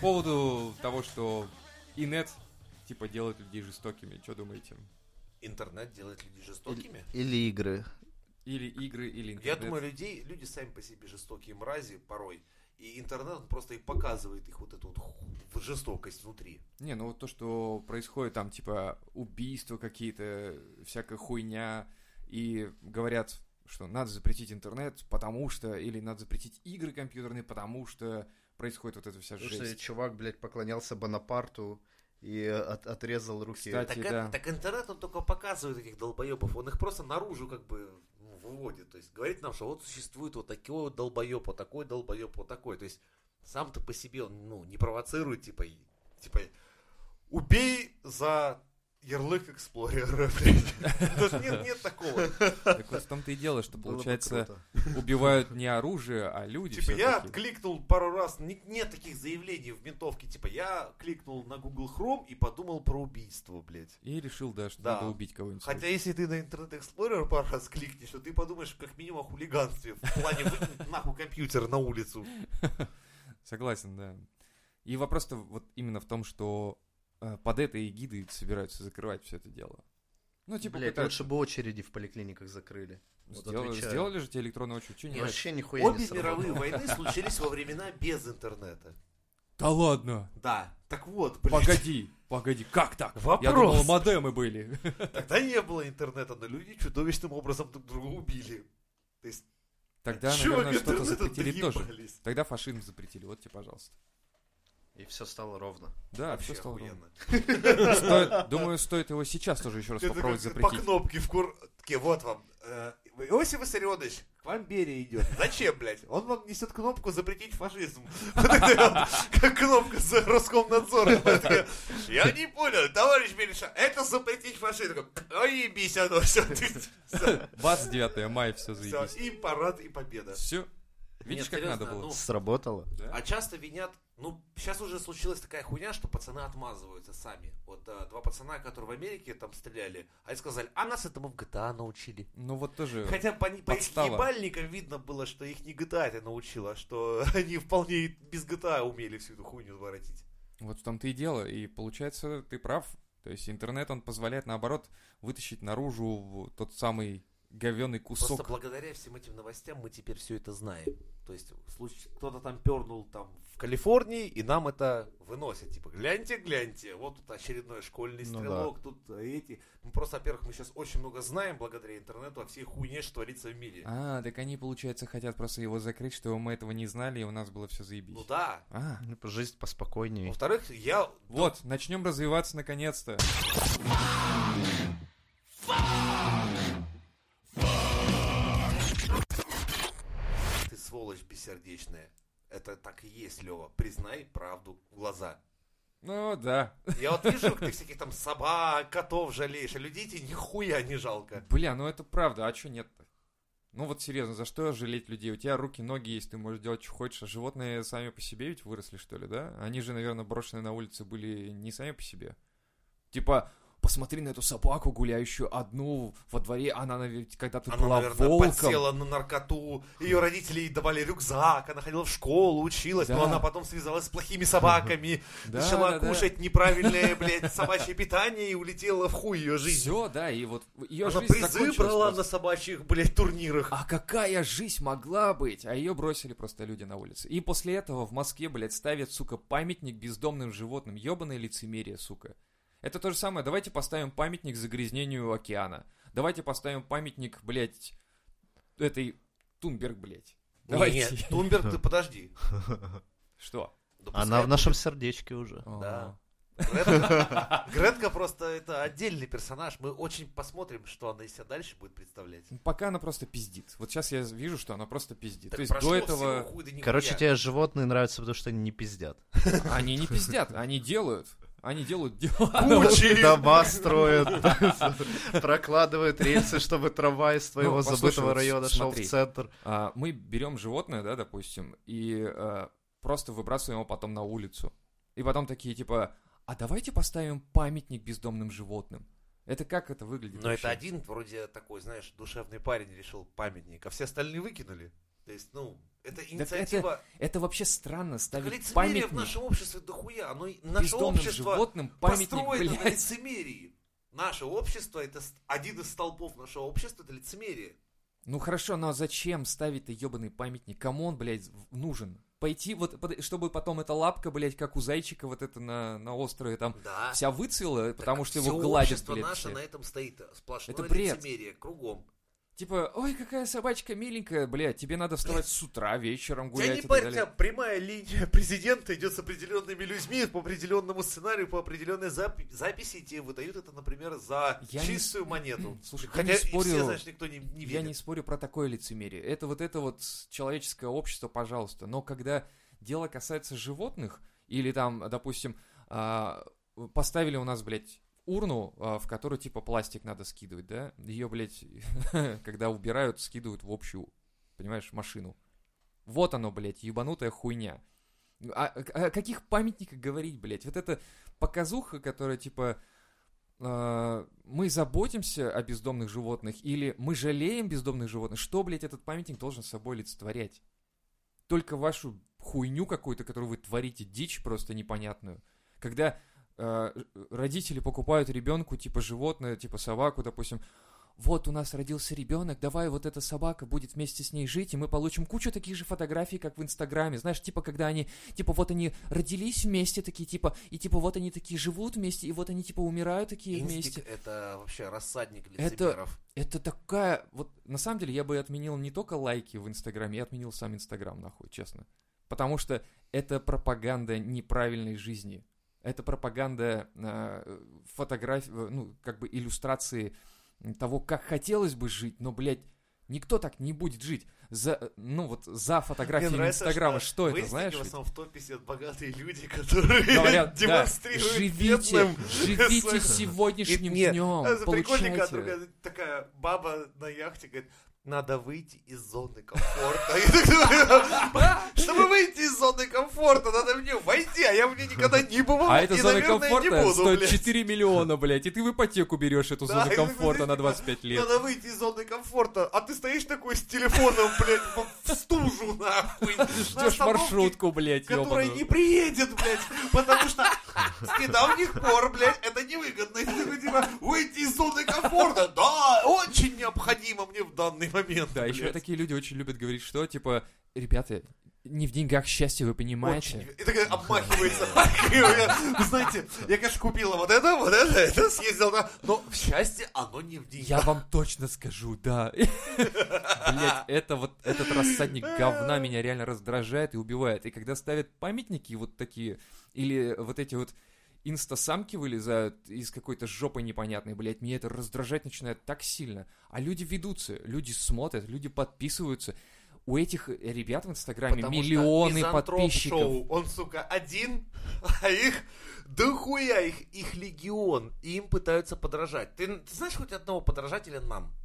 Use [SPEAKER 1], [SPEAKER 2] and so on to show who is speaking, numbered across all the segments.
[SPEAKER 1] поводу того, что инет типа делает людей жестокими, что думаете?
[SPEAKER 2] Интернет делает людей жестокими?
[SPEAKER 3] Или игры.
[SPEAKER 1] Или игры, или интернет?
[SPEAKER 2] Я думаю, людей, люди сами по себе жестокие мрази порой. И интернет он просто и показывает их вот эту вот ху- жестокость внутри.
[SPEAKER 1] Не, ну вот то, что происходит там, типа, убийства какие-то, всякая хуйня, и говорят, что надо запретить интернет, потому что, или надо запретить игры компьютерные, потому что происходит вот эта вся
[SPEAKER 3] Потому
[SPEAKER 1] жесть.
[SPEAKER 3] что чувак, блядь, поклонялся Бонапарту и от- отрезал руки.
[SPEAKER 1] Кстати,
[SPEAKER 2] Так, э-
[SPEAKER 1] да.
[SPEAKER 2] так интернет он только показывает этих долбоебов, он их просто наружу как бы ну, выводит. То есть говорит нам, что вот существует вот такой вот долбоеб, вот такой долбоеб, вот такой. То есть сам-то по себе он ну, не провоцирует, типа, и- типа убей за ярлык эксплорера. блядь. То есть Нет, нет такого.
[SPEAKER 1] Так вот в том-то и дело, что,
[SPEAKER 3] Было бы
[SPEAKER 1] получается,
[SPEAKER 3] круто.
[SPEAKER 1] убивают не оружие, а люди
[SPEAKER 2] Типа я
[SPEAKER 1] всё-таки.
[SPEAKER 2] кликнул пару раз, ни- нет таких заявлений в ментовке, типа я кликнул на Google Chrome и подумал про убийство, блядь.
[SPEAKER 1] И решил, да, что
[SPEAKER 2] Да.
[SPEAKER 1] надо убить кого-нибудь.
[SPEAKER 2] Хотя если ты на Internet Explorer пару раз кликнешь, то ты подумаешь как минимум о хулиганстве в плане выкинуть нахуй компьютер на улицу.
[SPEAKER 1] Согласен, да. И вопрос-то вот именно в том, что э, под этой эгидой собираются закрывать все это дело. Ну, типа,
[SPEAKER 3] Блядь,
[SPEAKER 1] пытаются-
[SPEAKER 3] лучше бы очереди в поликлиниках закрыли. вот
[SPEAKER 1] сделали,
[SPEAKER 3] отвечаю.
[SPEAKER 1] сделали же тебе электронное учение?
[SPEAKER 2] Нет.
[SPEAKER 3] Вообще нихуя не
[SPEAKER 2] Обе
[SPEAKER 3] сработало.
[SPEAKER 2] мировые войны случились во времена без интернета.
[SPEAKER 1] Да ладно!
[SPEAKER 2] Да. Так вот, блин,
[SPEAKER 1] Погоди, погоди, как так? Я
[SPEAKER 2] Вопрос.
[SPEAKER 1] думал, модемы были.
[SPEAKER 2] тогда не было интернета, но люди чудовищным образом друг друга убили. То есть,
[SPEAKER 1] Тогда,
[SPEAKER 2] чего
[SPEAKER 1] наверное,
[SPEAKER 2] к
[SPEAKER 1] что-то
[SPEAKER 2] интернету
[SPEAKER 1] запретили тоже.
[SPEAKER 2] доебались?
[SPEAKER 1] Тогда фашизм запретили, вот тебе, пожалуйста.
[SPEAKER 3] И все стало ровно.
[SPEAKER 1] Да,
[SPEAKER 2] Вообще
[SPEAKER 1] все стало
[SPEAKER 2] охуенно.
[SPEAKER 1] ровно. Стоит- Думаю, стоит его сейчас тоже еще раз
[SPEAKER 2] Это
[SPEAKER 1] попробовать
[SPEAKER 2] как По
[SPEAKER 1] запретить.
[SPEAKER 2] кнопке в кур... Такие, вот вам. э, Иосиф Виссарионович, к вам Берия идет. Зачем, блядь? Он вам несет кнопку запретить фашизм. Вот это вот, Как кнопка с Роскомнадзора. Вот такая, Я не понял, товарищ Бериша, это запретить фашизм. Такой, Ой, ебись оно, все.
[SPEAKER 1] Бац, 9 мая, все заебись.
[SPEAKER 2] И парад, и победа.
[SPEAKER 1] Все. Видишь,
[SPEAKER 2] Нет,
[SPEAKER 1] как
[SPEAKER 2] серьезно,
[SPEAKER 1] надо было?
[SPEAKER 2] ну,
[SPEAKER 3] Сработало?
[SPEAKER 1] Да.
[SPEAKER 2] А часто винят, ну, сейчас уже случилась такая хуйня, что пацаны отмазываются сами. Вот э, два пацана, которые в Америке там стреляли, они сказали, а нас этому в GTA научили.
[SPEAKER 1] Ну вот тоже.
[SPEAKER 2] Хотя по, ни- по их
[SPEAKER 1] Подстава.
[SPEAKER 2] ебальникам видно было, что их не GTA это научило, а что они вполне и без GTA умели всю эту хуйню воротить.
[SPEAKER 1] Вот в том-то и дело. И получается, ты прав. То есть интернет, он позволяет, наоборот, вытащить наружу в- тот самый говёный
[SPEAKER 2] Просто
[SPEAKER 1] кусок.
[SPEAKER 2] благодаря всем этим новостям мы теперь все это знаем. То есть случ- кто-то там пернул там в Калифорнии, и нам это выносит. Типа, гляньте, гляньте, вот тут очередной школьный
[SPEAKER 3] Ну
[SPEAKER 2] стрелок, тут э, эти. Ну просто, во-первых, мы сейчас очень много знаем благодаря интернету о всей хуйне, что творится в мире.
[SPEAKER 1] А, так они, получается, хотят просто его закрыть, что мы этого не знали, и у нас было все заебись.
[SPEAKER 2] Ну да.
[SPEAKER 1] А,
[SPEAKER 3] Ну, Жизнь поспокойнее.
[SPEAKER 2] Во-вторых, я...
[SPEAKER 1] вот, начнем развиваться наконец-то.
[SPEAKER 2] Ты сволочь бессердечная. Это так и есть, Лева. Признай правду в глаза.
[SPEAKER 1] Ну да.
[SPEAKER 2] Я вот вижу, как ты всяких там собак, котов жалеешь, а людей тебе нихуя не жалко.
[SPEAKER 1] Бля, ну это правда, а чё нет-то? Ну вот серьезно, за что жалеть людей? У тебя руки, ноги есть, ты можешь делать, что хочешь. А животные сами по себе ведь выросли, что ли, да? Они же, наверное, брошенные на улице были не сами по себе. Типа, посмотри на эту собаку, гуляющую одну во дворе. Она, наверно, ведь когда-то
[SPEAKER 2] Она,
[SPEAKER 1] была
[SPEAKER 2] наверное,
[SPEAKER 1] волком.
[SPEAKER 2] подсела на наркоту, ее родители ей давали рюкзак, она ходила в школу, училась,
[SPEAKER 1] Да.
[SPEAKER 2] но она потом связалась с плохими собаками,
[SPEAKER 1] Да,
[SPEAKER 2] начала
[SPEAKER 1] да, да.
[SPEAKER 2] кушать неправильное, блядь, собачье питание и улетела в хуй ее жизнь.
[SPEAKER 1] Все, да, и вот ее
[SPEAKER 2] она
[SPEAKER 1] жизнь
[SPEAKER 2] призы
[SPEAKER 1] закончилась
[SPEAKER 2] брала
[SPEAKER 1] просто.
[SPEAKER 2] на собачьих, блядь, турнирах.
[SPEAKER 1] А какая жизнь могла быть? А ее бросили просто люди на улице. И после этого в Москве, блядь, ставят, сука, памятник бездомным животным. Ебаное лицемерие, сука. Это то же самое. Давайте поставим памятник загрязнению океана. Давайте поставим памятник, блядь, этой Тунберг, блядь. Давайте.
[SPEAKER 2] Нет, Тумберг, ты подожди.
[SPEAKER 1] Что?
[SPEAKER 3] Она
[SPEAKER 2] Допускай.
[SPEAKER 3] в нашем сердечке уже.
[SPEAKER 2] Да.
[SPEAKER 1] Ага.
[SPEAKER 2] Гретка, Гретка просто это отдельный персонаж. Мы очень посмотрим, что она из себя дальше будет представлять.
[SPEAKER 1] Пока она просто пиздит. Вот сейчас я вижу, что она просто пиздит.
[SPEAKER 2] Так
[SPEAKER 1] то есть
[SPEAKER 2] прошло
[SPEAKER 1] до
[SPEAKER 2] всего
[SPEAKER 1] этого
[SPEAKER 2] хуй да нихуя.
[SPEAKER 3] Короче, тебе животные нравятся, потому что они не пиздят.
[SPEAKER 1] они не пиздят, они делают. Они делают дела.
[SPEAKER 2] Кучи!
[SPEAKER 3] Дома строят, прокладывают рельсы, чтобы трамвай из
[SPEAKER 1] Ну,
[SPEAKER 3] твоего
[SPEAKER 1] послушай,
[SPEAKER 3] забытого
[SPEAKER 1] вот
[SPEAKER 3] района шел в
[SPEAKER 1] смотри.
[SPEAKER 3] центр.
[SPEAKER 1] А, мы берем животное, да, допустим, и э, просто выбрасываем его потом на улицу. И потом такие типа, а давайте поставим памятник бездомным животным. Это как это выглядит?
[SPEAKER 2] Но
[SPEAKER 1] вообще?
[SPEAKER 2] это один, вроде такой, знаешь, душевный парень решил памятник, а все остальные выкинули. То есть, ну, это инициатива...
[SPEAKER 1] Это вообще странно
[SPEAKER 2] Так
[SPEAKER 1] ставить
[SPEAKER 2] лицемерие в
[SPEAKER 1] памятник
[SPEAKER 2] нашем обществе дохуя. Оно, и- наше
[SPEAKER 1] бездомным
[SPEAKER 2] общество
[SPEAKER 1] животным, памятник,
[SPEAKER 2] построено на
[SPEAKER 1] блядь.
[SPEAKER 2] лицемерии. Наше общество, это с- один из столпов нашего общества, это лицемерие.
[SPEAKER 1] Ну хорошо, но зачем ставить-то ебаный памятник? Кому он, блядь, в- нужен? Пойти вот, под- чтобы потом эта лапка, блядь, как у зайчика вот это на, на острове там
[SPEAKER 2] Да.
[SPEAKER 1] вся выцвела, потому что его
[SPEAKER 2] Всё
[SPEAKER 1] гладят,
[SPEAKER 2] общество
[SPEAKER 1] блядь,
[SPEAKER 2] наше
[SPEAKER 1] все.
[SPEAKER 2] на этом стоит. Сплошное
[SPEAKER 1] Это бред.
[SPEAKER 2] лицемерие кругом.
[SPEAKER 1] Типа, ой, какая собачка миленькая, блядь, тебе надо вставать с утра, вечером
[SPEAKER 2] Тебя
[SPEAKER 1] гулять
[SPEAKER 2] не
[SPEAKER 1] и так
[SPEAKER 2] парь,
[SPEAKER 1] далее.
[SPEAKER 2] тебя прямая линия президента идет с определенными людьми, по определенному сценарию, по определенной зап- записи, и тебе выдают это, например, за
[SPEAKER 1] Я не
[SPEAKER 2] чистую монету.
[SPEAKER 1] Слушай, я
[SPEAKER 2] Хотя
[SPEAKER 1] не
[SPEAKER 2] и все,
[SPEAKER 1] спорю.
[SPEAKER 2] знаешь, никто не, не
[SPEAKER 1] Я
[SPEAKER 2] видит.
[SPEAKER 1] не спорю про такое лицемерие. Это вот это вот человеческое общество, пожалуйста. Но когда дело касается животных, или там, допустим, а, поставили у нас, блядь, урну, а, в которую, типа, пластик надо скидывать, да? Ее, блядь, когда убирают, скидывают в общую, понимаешь, машину. Вот оно, блядь, ебанутая хуйня. А, о о каких памятниках говорить, блядь? Вот это показуха, которая, типа, э, мы заботимся о бездомных животных или мы жалеем бездомных животных, что, блядь, этот памятник должен собой олицетворять? Только вашу хуйню какую-то, которую вы творите, дичь просто непонятную. Когда э, родители покупают ребенку, типа, животное, типа, собаку, допустим, вот у нас родился ребенок, давай вот эта собака будет вместе с ней жить, и мы получим кучу таких же фотографий, как в Инстаграме. Знаешь, типа, когда они типа вот они родились вместе такие, типа, и типа вот они такие живут вместе, и вот они типа умирают такие
[SPEAKER 2] Инстинкт
[SPEAKER 1] вместе.
[SPEAKER 2] это вообще рассадник
[SPEAKER 1] Это-
[SPEAKER 2] лицемеров.
[SPEAKER 1] Это такая, вот на самом деле я бы отменил не только лайки в Инстаграме, я отменил сам Инстаграм, нахуй, честно. Потому что это пропаганда неправильной жизни. Это пропаганда э, фотографий, э, ну, как бы иллюстрации того, как хотелось бы жить, но, блядь, никто так не будет жить. За, ну, вот за фотографией Инстаграма, что, это,
[SPEAKER 2] выясники
[SPEAKER 1] знаешь?
[SPEAKER 2] в
[SPEAKER 1] ведь?
[SPEAKER 2] основном в топе сидят богатые люди, которые
[SPEAKER 1] говорят, да,
[SPEAKER 2] демонстрируют
[SPEAKER 1] живите,
[SPEAKER 2] бедным
[SPEAKER 1] живите
[SPEAKER 2] свой-
[SPEAKER 1] сегодним
[SPEAKER 2] И- нет,
[SPEAKER 1] днем,
[SPEAKER 2] А, прикольненько, а
[SPEAKER 1] Ну, получайте.
[SPEAKER 2] другая такая баба на яхте говорит, надо выйти из зоны комфорта. Я так думаю, Чтобы выйти из зоны комфорта, надо мне войти, а я в ней никогда не бывал.
[SPEAKER 1] А эта
[SPEAKER 2] и,
[SPEAKER 1] зона
[SPEAKER 2] наверное, не
[SPEAKER 1] комфорта
[SPEAKER 2] буду,
[SPEAKER 1] стоит
[SPEAKER 2] блядь.
[SPEAKER 1] 4 миллиона, блядь, и ты в ипотеку берешь эту
[SPEAKER 2] Да,
[SPEAKER 1] зону
[SPEAKER 2] и
[SPEAKER 1] комфорта
[SPEAKER 2] ты
[SPEAKER 1] на
[SPEAKER 2] такой,
[SPEAKER 1] 25 лет.
[SPEAKER 2] Надо выйти из зоны комфорта, а ты стоишь такой с телефоном, блядь, в- в стужу, нахуй. на
[SPEAKER 1] Ждешь
[SPEAKER 2] остановке,
[SPEAKER 1] маршрутку, блядь,
[SPEAKER 2] Которая
[SPEAKER 1] ебаную.
[SPEAKER 2] не приедет, блядь, потому что с недавних пор, блядь, это невыгодно. И ты такой, типа, выйти из зоны комфорта, да, очень необходимо мне в данный момент,
[SPEAKER 1] Да,
[SPEAKER 2] блядь.
[SPEAKER 1] еще такие люди очень любят говорить, что, типа, ребята, не в деньгах счастье, вы
[SPEAKER 2] Очень.
[SPEAKER 1] понимаете?
[SPEAKER 2] И такая обмахивается. Вы знаете, я, конечно, купила вот это, вот это, это съездила. на- Но в счастье оно не в деньгах.
[SPEAKER 1] Я вам точно скажу, да. Блять, это вот этот рассадник говна меня реально раздражает и убивает. И когда ставят памятники вот такие, или вот эти вот инстасамки вылезают из какой-то жопы непонятной, блядь, меня это раздражать начинает так сильно. А люди ведутся, люди смотрят, люди подписываются. У этих ребят в Инстаграме
[SPEAKER 2] Потому что
[SPEAKER 1] миллионы
[SPEAKER 2] мизантроп
[SPEAKER 1] подписчиков.
[SPEAKER 2] Шоу. Он, сука, один, а их дохуя, их, их легион. И им пытаются подражать. Ты, ты знаешь хоть одного подражателя нам?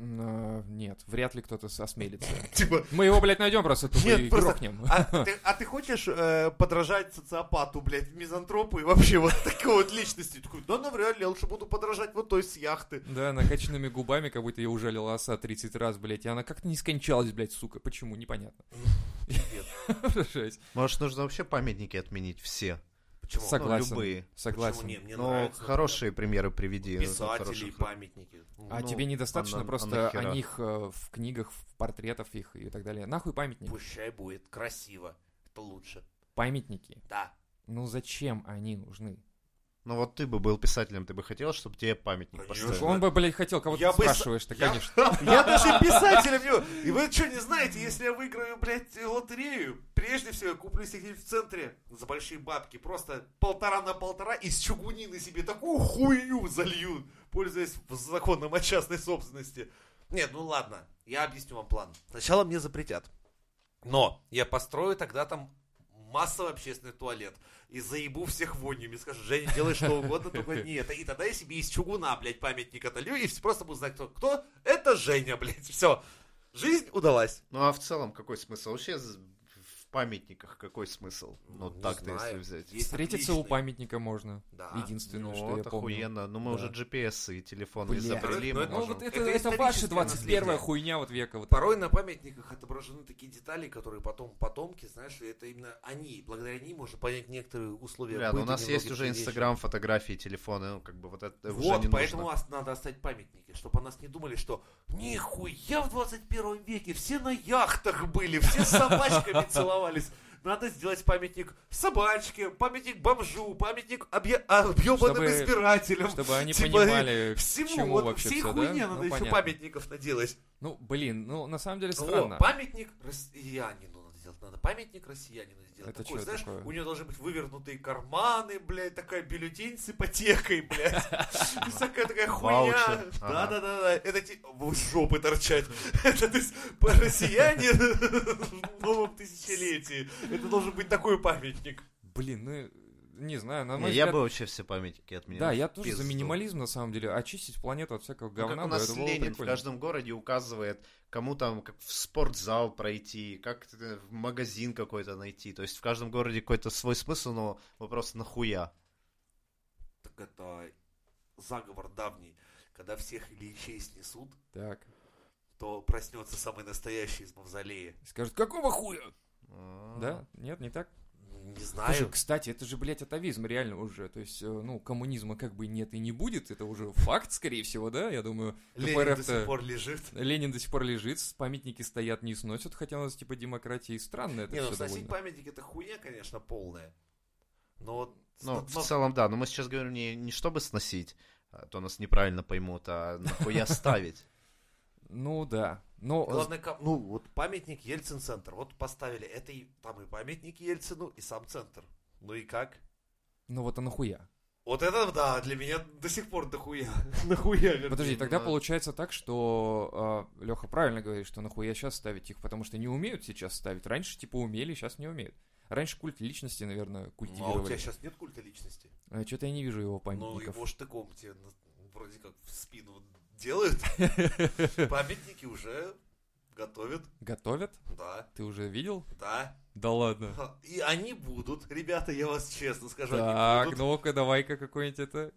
[SPEAKER 1] М, э, Нет, вряд ли кто-то осмелится.
[SPEAKER 2] Типа,
[SPEAKER 1] Мы его, блядь, найдем просто тупо
[SPEAKER 2] Нет,
[SPEAKER 1] и
[SPEAKER 2] просто-
[SPEAKER 1] грохнем.
[SPEAKER 2] а ты, а ты хочешь э, подражать социопату, блядь, мизантропу и вообще вот такой вот личности? Такой, да, навряд ли, я лучше буду подражать вот той с яхты.
[SPEAKER 1] Да, накачанными губами, как будто я ужалил оса 30 раз, блядь, и она как-то не скончалась, блядь, сука. Почему? Непонятно. Жесть.
[SPEAKER 3] Может, нужно вообще памятники отменить все?
[SPEAKER 2] Почему?
[SPEAKER 1] Сог- Согласен.
[SPEAKER 3] Ну, любые.
[SPEAKER 2] Почему? Не,
[SPEAKER 1] Согласен.
[SPEAKER 2] мне
[SPEAKER 3] Но
[SPEAKER 2] нравится,
[SPEAKER 3] Ну, хорошие примеры приведи. ну,
[SPEAKER 2] например, писатели,
[SPEAKER 3] хороших.
[SPEAKER 2] памятники.
[SPEAKER 1] А
[SPEAKER 3] Ну,
[SPEAKER 1] тебе недостаточно
[SPEAKER 3] а на- а
[SPEAKER 1] просто
[SPEAKER 3] нахера?
[SPEAKER 1] о них э, в книгах, в портретах их и так далее. Нахуй памятники?
[SPEAKER 2] Пущай будет красиво. Это лучше.
[SPEAKER 1] Памятники.
[SPEAKER 2] Да.
[SPEAKER 1] Ну зачем они нужны?
[SPEAKER 3] Ну вот ты бы был писателем, ты бы хотел, чтобы тебе памятник
[SPEAKER 2] Конечно.
[SPEAKER 3] поставили?
[SPEAKER 1] Он бы, блядь, хотел, кого
[SPEAKER 2] ну, Я
[SPEAKER 1] ты
[SPEAKER 2] бы с-
[SPEAKER 1] спрашиваешь-то,
[SPEAKER 2] я-
[SPEAKER 1] конечно.
[SPEAKER 2] Я даже писателем не буду. И вы что, не знаете, если я выиграю, блядь, лотерею, прежде всего я куплю себе в центре за большие бабки, просто полтора на полтора из чугунины себе такую хуйню залью, пользуясь законом о частной собственности. Нет, ну ладно, я объясню вам план. Сначала мне запретят. Но я построю тогда там массовый общественный туалет и заебу всех вонью. Мне скажут, Женя, делай что угодно, только не это. И тогда я себе из чугуна, блядь, памятник отолью, и все просто будут знать, кто, кто это Женя, блядь. Все. Жизнь удалась.
[SPEAKER 3] Ну а в целом какой смысл? Вообще з- в памятниках какой смысл? Ну,
[SPEAKER 2] Ну, не
[SPEAKER 3] так-то,
[SPEAKER 2] знаю.
[SPEAKER 3] если взять.
[SPEAKER 2] Есть А,
[SPEAKER 1] Встретиться у
[SPEAKER 2] отличные.
[SPEAKER 1] памятника можно.
[SPEAKER 2] Да.
[SPEAKER 1] Единственное,
[SPEAKER 3] Ну,
[SPEAKER 1] что я
[SPEAKER 3] вот
[SPEAKER 1] помню.
[SPEAKER 3] охуенно. Ну, мы
[SPEAKER 1] Да.
[SPEAKER 3] уже GPS и телефоны
[SPEAKER 1] Бля.
[SPEAKER 3] изобрели,
[SPEAKER 2] Ну,
[SPEAKER 3] мы
[SPEAKER 2] это-
[SPEAKER 1] Ну,
[SPEAKER 3] можем-
[SPEAKER 1] вот это,
[SPEAKER 2] Это
[SPEAKER 1] это ваша
[SPEAKER 2] историческое
[SPEAKER 1] 21-я
[SPEAKER 2] наследие.
[SPEAKER 1] хуйня вот века. Вот.
[SPEAKER 2] Порой на памятниках отображены такие детали, которые потом потомки, знаешь, это именно они. Благодаря ним можно понять некоторые условия.
[SPEAKER 3] Бля, ну, у
[SPEAKER 2] быта,
[SPEAKER 3] нас есть
[SPEAKER 2] немногие
[SPEAKER 3] уже
[SPEAKER 2] вещи.
[SPEAKER 3] Инстаграм, фотографии, телефоны, ну, как бы вот это уже
[SPEAKER 2] Вот,
[SPEAKER 3] не
[SPEAKER 2] поэтому
[SPEAKER 3] нужно.
[SPEAKER 2] ос- надо оставить памятники, чтобы о нас не думали, что нихуя в 21 веке, все на яхтах были, все с собачками целовались. Надо сделать памятник собачке, памятник бомжу, памятник объе- объебанным
[SPEAKER 1] Чтобы-
[SPEAKER 2] избирателям.
[SPEAKER 1] Чтобы они
[SPEAKER 2] Типа,
[SPEAKER 1] понимали, к
[SPEAKER 2] Всему,
[SPEAKER 1] чему
[SPEAKER 2] вот
[SPEAKER 1] вообще
[SPEAKER 2] всей
[SPEAKER 1] все,
[SPEAKER 2] хуйне
[SPEAKER 1] да?
[SPEAKER 2] надо
[SPEAKER 1] Ну,
[SPEAKER 2] еще
[SPEAKER 1] понятно.
[SPEAKER 2] памятников наделать.
[SPEAKER 1] Ну, блин, ну, на самом деле
[SPEAKER 2] О,
[SPEAKER 1] странно.
[SPEAKER 2] памятник россиянину надо сделать. Надо памятник россиянину сделать.
[SPEAKER 1] Это
[SPEAKER 2] Такой,
[SPEAKER 1] чё
[SPEAKER 2] знаешь,
[SPEAKER 1] такое?
[SPEAKER 2] у него должны быть вывернутые карманы, блядь, такая бюллетень с ипотекой, блядь. И Всякая такая хуйня.
[SPEAKER 3] Ваучер. Ага.
[SPEAKER 2] Да-да-да. Это ти- в жопы торчать. Это ты с- по- россияне в новом тысячелетии. Это должен быть такой памятник.
[SPEAKER 1] Блин, ну, не знаю, на мой
[SPEAKER 3] Не, Я
[SPEAKER 1] взгляд-
[SPEAKER 3] бы вообще все памятники отменил.
[SPEAKER 1] Да, я тоже за
[SPEAKER 3] Пизду.
[SPEAKER 1] минимализм, на самом деле. Очистить планету от всякого
[SPEAKER 3] Ну,
[SPEAKER 1] говна,
[SPEAKER 3] как у
[SPEAKER 1] бы,
[SPEAKER 3] нас
[SPEAKER 1] это было бы
[SPEAKER 3] Ленин в
[SPEAKER 1] прикольно.
[SPEAKER 3] каждом городе указывает, кому там как в спортзал пройти, как э, в магазин какой-то найти. То есть в каждом городе какой-то свой смысл, но вопрос нахуя.
[SPEAKER 2] Так это заговор давний. Когда всех Ильичей снесут,
[SPEAKER 1] Так.
[SPEAKER 2] то проснется самый настоящий из мавзолея.
[SPEAKER 1] Скажут, какого хуя?
[SPEAKER 3] А.
[SPEAKER 1] Да? Нет, не так?
[SPEAKER 2] Не
[SPEAKER 1] Слушай,
[SPEAKER 2] знаю.
[SPEAKER 1] кстати, это же, блядь, атовизм реально уже. То есть, э, ну, коммунизма как бы нет и не будет. Это уже факт, скорее всего, да? Я думаю,
[SPEAKER 2] Ленин до
[SPEAKER 1] КПРФ-то
[SPEAKER 2] сих пор лежит.
[SPEAKER 1] Ленин до сих пор лежит, памятники стоят, не сносят, хотя у нас типа демократия и странно это
[SPEAKER 2] Не, ну
[SPEAKER 1] все
[SPEAKER 2] сносить
[SPEAKER 1] довольно.
[SPEAKER 2] памятник это хуйня, конечно, полная. Но вот...
[SPEAKER 3] Ну,
[SPEAKER 2] но- но-
[SPEAKER 3] в целом, да. Но мы сейчас говорим не, не чтобы сносить, а то нас неправильно поймут, а нахуя ставить.
[SPEAKER 1] Ну да. Но э,
[SPEAKER 2] Главное, ко- ну, вот памятник Ельцин-центр. Вот поставили это и там и памятник Ельцину, и сам центр. Ну и как?
[SPEAKER 1] ну вот а нахуя?
[SPEAKER 2] Вот это, да, для меня до сих пор дохуя. Нахуя, вернее.
[SPEAKER 1] Подожди, тогда
[SPEAKER 3] ну,
[SPEAKER 1] получается так, что Леха правильно говорит, что нахуя сейчас ставить их, потому что не умеют сейчас ставить. Раньше типа умели, сейчас не умеют. Раньше культ личности, наверное,
[SPEAKER 2] Ну, а у тебя
[SPEAKER 1] культивировали.
[SPEAKER 2] сейчас нет культа личности?
[SPEAKER 1] Что-то я не вижу его
[SPEAKER 2] Ну,
[SPEAKER 1] памятников.
[SPEAKER 2] его штыком тебе на- вроде как в спину делают. Памятники уже готовят.
[SPEAKER 1] Готовят?
[SPEAKER 2] Да,
[SPEAKER 1] Ты уже видел?
[SPEAKER 2] да.
[SPEAKER 1] Да ладно.
[SPEAKER 2] И они будут, ребята, я вас честно скажу, они
[SPEAKER 1] Так,
[SPEAKER 2] будут.
[SPEAKER 1] ну-ка, давай-ка какой-нибудь это...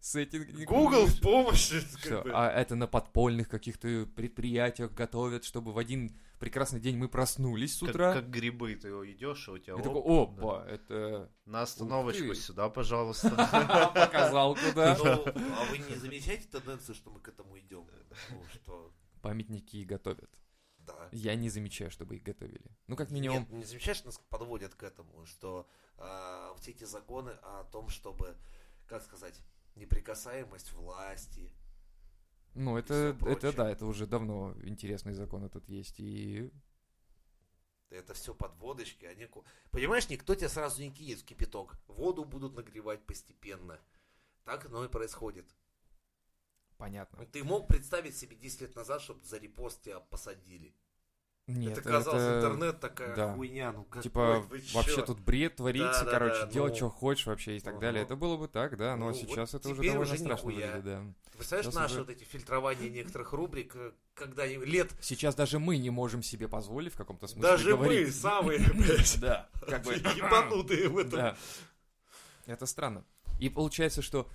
[SPEAKER 1] Сеттинг.
[SPEAKER 2] Google в помощи.
[SPEAKER 1] Что,
[SPEAKER 2] как бы.
[SPEAKER 1] а это на подпольных каких-то предприятиях готовят, чтобы в один прекрасный день мы проснулись с
[SPEAKER 3] Как,
[SPEAKER 1] утра.
[SPEAKER 3] как грибы, ты идешь, и у тебя
[SPEAKER 1] и такой,
[SPEAKER 3] оп, да.
[SPEAKER 1] опа, это...
[SPEAKER 3] на
[SPEAKER 1] Ух
[SPEAKER 3] остановочку
[SPEAKER 1] ты.
[SPEAKER 3] сюда, пожалуйста.
[SPEAKER 1] Показал куда.
[SPEAKER 2] Ну, а вы не замечаете тенденцию, что мы к этому идем? Ну, что,
[SPEAKER 1] Памятники готовят.
[SPEAKER 2] да.
[SPEAKER 1] Я не замечаю, чтобы их готовили. Ну, как минимум...
[SPEAKER 2] Нет, не замечаешь, нас подводят к этому, что а, вот эти законы о том, чтобы, как сказать, неприкасаемость власти.
[SPEAKER 1] Ну,
[SPEAKER 2] всё
[SPEAKER 1] это, это
[SPEAKER 2] прочее.
[SPEAKER 1] да, это уже давно интересный закон этот есть. И
[SPEAKER 2] Это все подводочки, они... ку- Понимаешь, никто тебя сразу не кинет в кипяток. Воду будут нагревать постепенно. Так оно и происходит.
[SPEAKER 1] понятно.
[SPEAKER 2] Ты мог представить себе 10 лет назад, чтобы за репост тебя посадили?
[SPEAKER 1] Нет,
[SPEAKER 2] это казалось,
[SPEAKER 1] это-
[SPEAKER 2] интернет такая
[SPEAKER 1] да.
[SPEAKER 2] хуйня, ну как
[SPEAKER 1] Типа, вообще тут бред творится,
[SPEAKER 2] Да-да-да,
[SPEAKER 1] короче, делай,
[SPEAKER 2] ну.
[SPEAKER 1] что хочешь вообще и так
[SPEAKER 2] Ну,
[SPEAKER 1] далее.
[SPEAKER 2] ну.
[SPEAKER 1] Это было бы так, да, но
[SPEAKER 2] Ну, вот
[SPEAKER 1] сейчас это уже
[SPEAKER 2] теперь
[SPEAKER 1] довольно
[SPEAKER 2] уже
[SPEAKER 1] страшно
[SPEAKER 2] нихуя.
[SPEAKER 1] выглядит, да.
[SPEAKER 2] Ты представляешь,
[SPEAKER 1] Сейчас
[SPEAKER 2] наши
[SPEAKER 1] уже-
[SPEAKER 2] вот эти фильтрования некоторых рубрик, э, когда они- лет...
[SPEAKER 1] Сейчас даже мы не можем себе позволить в каком-то смысле
[SPEAKER 2] Даже мы
[SPEAKER 1] говорить.
[SPEAKER 2] самые, блядь,
[SPEAKER 1] Да, как бы...
[SPEAKER 2] ебанутые в этом.
[SPEAKER 1] Да. Это странно. И получается, что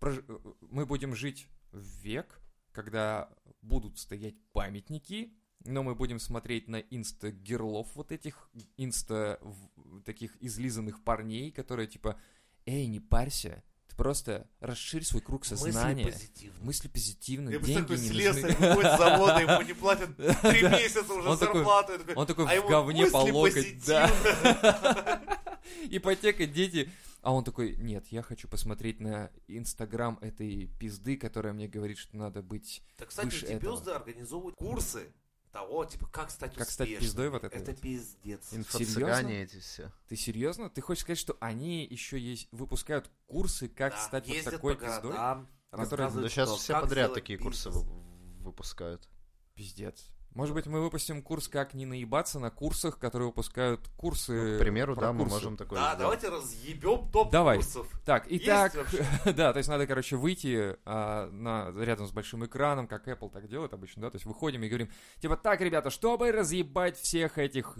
[SPEAKER 1] прож- мы будем жить в век, когда будут стоять памятники, но мы будем смотреть на инста-герлов вот этих, инста в- таких излизанных парней, которые типа, эй, не парься, ты просто расширь свой круг сознания.
[SPEAKER 2] Мысли позитивные.
[SPEAKER 1] Мысли позитивно,
[SPEAKER 2] Я
[SPEAKER 1] деньги
[SPEAKER 2] представляю,
[SPEAKER 1] не
[SPEAKER 2] слесарь
[SPEAKER 1] нужны.
[SPEAKER 2] выходит с завода, ему не платят три
[SPEAKER 1] Да.
[SPEAKER 2] месяца уже
[SPEAKER 1] Он такой-
[SPEAKER 2] зарплату. и такой,
[SPEAKER 1] Он такой
[SPEAKER 2] а
[SPEAKER 1] в
[SPEAKER 2] ему
[SPEAKER 1] говне
[SPEAKER 2] мысли
[SPEAKER 1] по локоть, да.
[SPEAKER 2] позитивные.
[SPEAKER 1] Ипотека, дети. А он такой, нет, я хочу посмотреть на инстаграм этой пизды, которая мне говорит, что надо быть...
[SPEAKER 2] Так, кстати,
[SPEAKER 1] Выше
[SPEAKER 2] эти
[SPEAKER 1] этого.
[SPEAKER 2] пизды организовывают курсы того, типа, как стать
[SPEAKER 1] Как стать
[SPEAKER 2] успешным.
[SPEAKER 1] пиздой вот этой
[SPEAKER 2] Это
[SPEAKER 1] вот?
[SPEAKER 2] пиздец.
[SPEAKER 3] Инфо-цыгане эти все.
[SPEAKER 1] Ты серьезно? Ты хочешь сказать, что они еще есть, выпускают курсы, как
[SPEAKER 2] Да,
[SPEAKER 1] стать вот
[SPEAKER 2] ездят
[SPEAKER 1] такой
[SPEAKER 2] по городам,
[SPEAKER 1] пиздой?
[SPEAKER 2] рассказывают,
[SPEAKER 3] Да сейчас
[SPEAKER 2] А что,
[SPEAKER 3] все
[SPEAKER 2] как
[SPEAKER 3] подряд
[SPEAKER 2] сделать
[SPEAKER 3] такие
[SPEAKER 2] бизнес.
[SPEAKER 3] курсы вы- выпускают.
[SPEAKER 1] Пиздец. Может быть, мы выпустим курс «Как не наебаться» на курсах, которые выпускают курсы...
[SPEAKER 3] Ну, к примеру,
[SPEAKER 1] Э, про
[SPEAKER 3] да, мы
[SPEAKER 1] курсы.
[SPEAKER 3] можем такое
[SPEAKER 2] Да,
[SPEAKER 3] сделать.
[SPEAKER 2] давайте разъебем топ
[SPEAKER 1] Давай.
[SPEAKER 2] курсов.
[SPEAKER 1] Так,
[SPEAKER 2] Есть
[SPEAKER 1] итак,
[SPEAKER 2] вообще?
[SPEAKER 1] да, то есть надо, короче, выйти а, на, рядом с большим экраном, как Apple так делает обычно, да, то есть выходим и говорим, типа, так, ребята, чтобы разъебать всех этих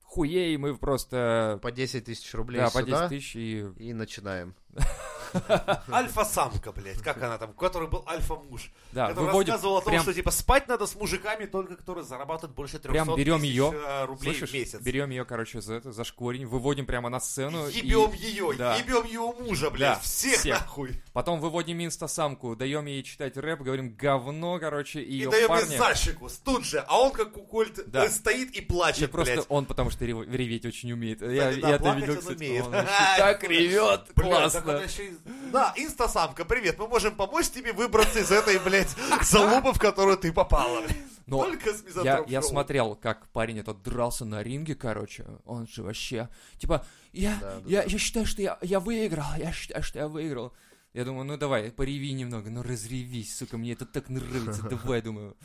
[SPEAKER 1] хуей, мы просто...
[SPEAKER 3] По 10 тысяч рублей
[SPEAKER 1] Да, по
[SPEAKER 3] сюда
[SPEAKER 1] 10 тысяч и...
[SPEAKER 3] и начинаем.
[SPEAKER 2] Альфа-самка, блядь, как она там, который был альфа-муж.
[SPEAKER 1] Да,
[SPEAKER 2] который
[SPEAKER 1] выводим
[SPEAKER 2] рассказывал о том,
[SPEAKER 1] прям...
[SPEAKER 2] что типа спать надо с мужиками только, которые зарабатывают больше 300
[SPEAKER 1] Прям берем
[SPEAKER 2] тысяч
[SPEAKER 1] её.
[SPEAKER 2] э, рублей
[SPEAKER 1] Слышишь?
[SPEAKER 2] в месяц.
[SPEAKER 1] Берем ее, короче, за, это, за шкворень, выводим прямо на сцену. и
[SPEAKER 2] Ебем ее,
[SPEAKER 1] да.
[SPEAKER 2] ебем его мужа, блядь,
[SPEAKER 1] Да,
[SPEAKER 2] всех,
[SPEAKER 1] всех.
[SPEAKER 2] нахуй.
[SPEAKER 1] Потом выводим инстасамку, даем ей читать рэп, говорим говно, короче, и
[SPEAKER 2] И
[SPEAKER 1] ее
[SPEAKER 2] даем
[SPEAKER 1] парня.
[SPEAKER 2] Зальщику тут же, а он как кукольт
[SPEAKER 1] Да.
[SPEAKER 2] э, стоит
[SPEAKER 1] И
[SPEAKER 2] и плачет,
[SPEAKER 1] просто
[SPEAKER 2] блядь.
[SPEAKER 1] он, потому что рев- реветь очень умеет. я
[SPEAKER 2] Кстати, да,
[SPEAKER 1] я это
[SPEAKER 2] плакать
[SPEAKER 1] видел,
[SPEAKER 2] он
[SPEAKER 1] кстати,
[SPEAKER 2] умеет.
[SPEAKER 1] он вообще так ревет,
[SPEAKER 2] Блядь, так
[SPEAKER 1] классно.
[SPEAKER 2] он еще и- Да, инстасамка, привет, мы можем помочь тебе выбраться из этой, блядь, залупы, в которую ты попала. блядь.
[SPEAKER 1] Но
[SPEAKER 2] Только с
[SPEAKER 1] Я,
[SPEAKER 2] мизантроп
[SPEAKER 1] я
[SPEAKER 2] шоу.
[SPEAKER 1] смотрел, как парень этот дрался на ринге, короче. Он же вообще, типа, я,
[SPEAKER 3] Да, да,
[SPEAKER 1] я,
[SPEAKER 3] да.
[SPEAKER 1] я считаю, что я, я выиграл, я считаю, что я выиграл. Я думаю, ну давай, пореви немного, ну разревись, сука, мне это так нравится, давай, думаю.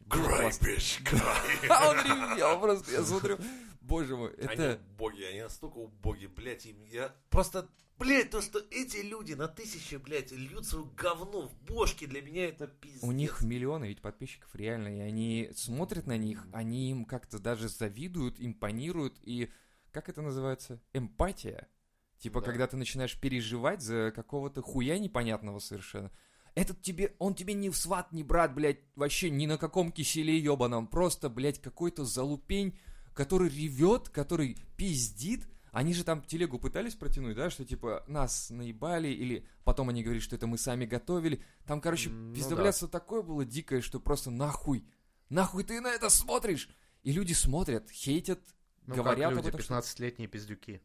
[SPEAKER 1] Было
[SPEAKER 2] Край,
[SPEAKER 1] классно.
[SPEAKER 2] bitch, край.
[SPEAKER 1] А он ревел просто, я смотрю, боже мой,
[SPEAKER 2] А
[SPEAKER 1] это...
[SPEAKER 2] Они убогие, они настолько убогие, блядь, им я... Просто, блядь, то, что эти люди на тысячи, блядь, льют свое говно в бошки, для меня это пиздец.
[SPEAKER 1] У них миллионы ведь подписчиков реально, и они смотрят на них, они им как-то даже завидуют, импонируют, и как это называется? Эмпатия. Типа,
[SPEAKER 3] Да.
[SPEAKER 1] когда ты начинаешь переживать за какого-то хуя непонятного совершенно. Этот тебе, он тебе ни в сват, ни брат, блядь, вообще ни на каком киселе ебаном. Просто, блядь, какой-то залупень, который ревет, который пиздит. Они же там телегу пытались протянуть, да, что типа нас наебали, или потом они говорили, что это мы сами готовили. Там, короче,
[SPEAKER 3] М, ну
[SPEAKER 1] пиздоблядство такое было дикое, что просто нахуй, нахуй ты на это смотришь? И люди смотрят, хейтят,
[SPEAKER 3] Ну,
[SPEAKER 1] говорят
[SPEAKER 3] как
[SPEAKER 1] об
[SPEAKER 3] люди,
[SPEAKER 1] этом, что-
[SPEAKER 3] 15-летние пиздюки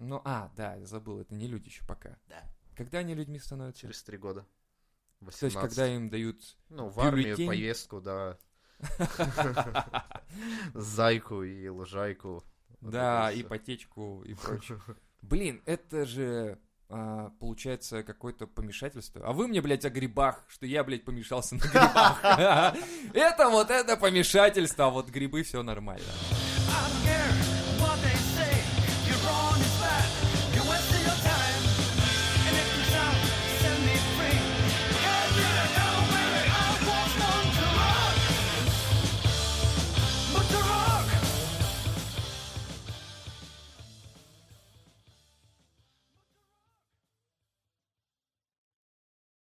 [SPEAKER 1] ну, а, да, я забыл, это не люди еще пока.
[SPEAKER 2] Да.
[SPEAKER 1] Когда они людьми становятся?
[SPEAKER 3] через три года. 18.
[SPEAKER 1] То есть, когда им дают...
[SPEAKER 3] Ну, в армию,
[SPEAKER 1] бюллетень.
[SPEAKER 3] поездку, да. Зайку и лужайку. Вот
[SPEAKER 1] да,
[SPEAKER 3] это всё.
[SPEAKER 1] ипотечку и прочее. Блин, это же а, получается какое-то помешательство. А вы мне, блядь, о грибах, что я, блядь, помешался на грибах. Это вот это помешательство, а вот грибы все нормально.
[SPEAKER 4] I'm scared.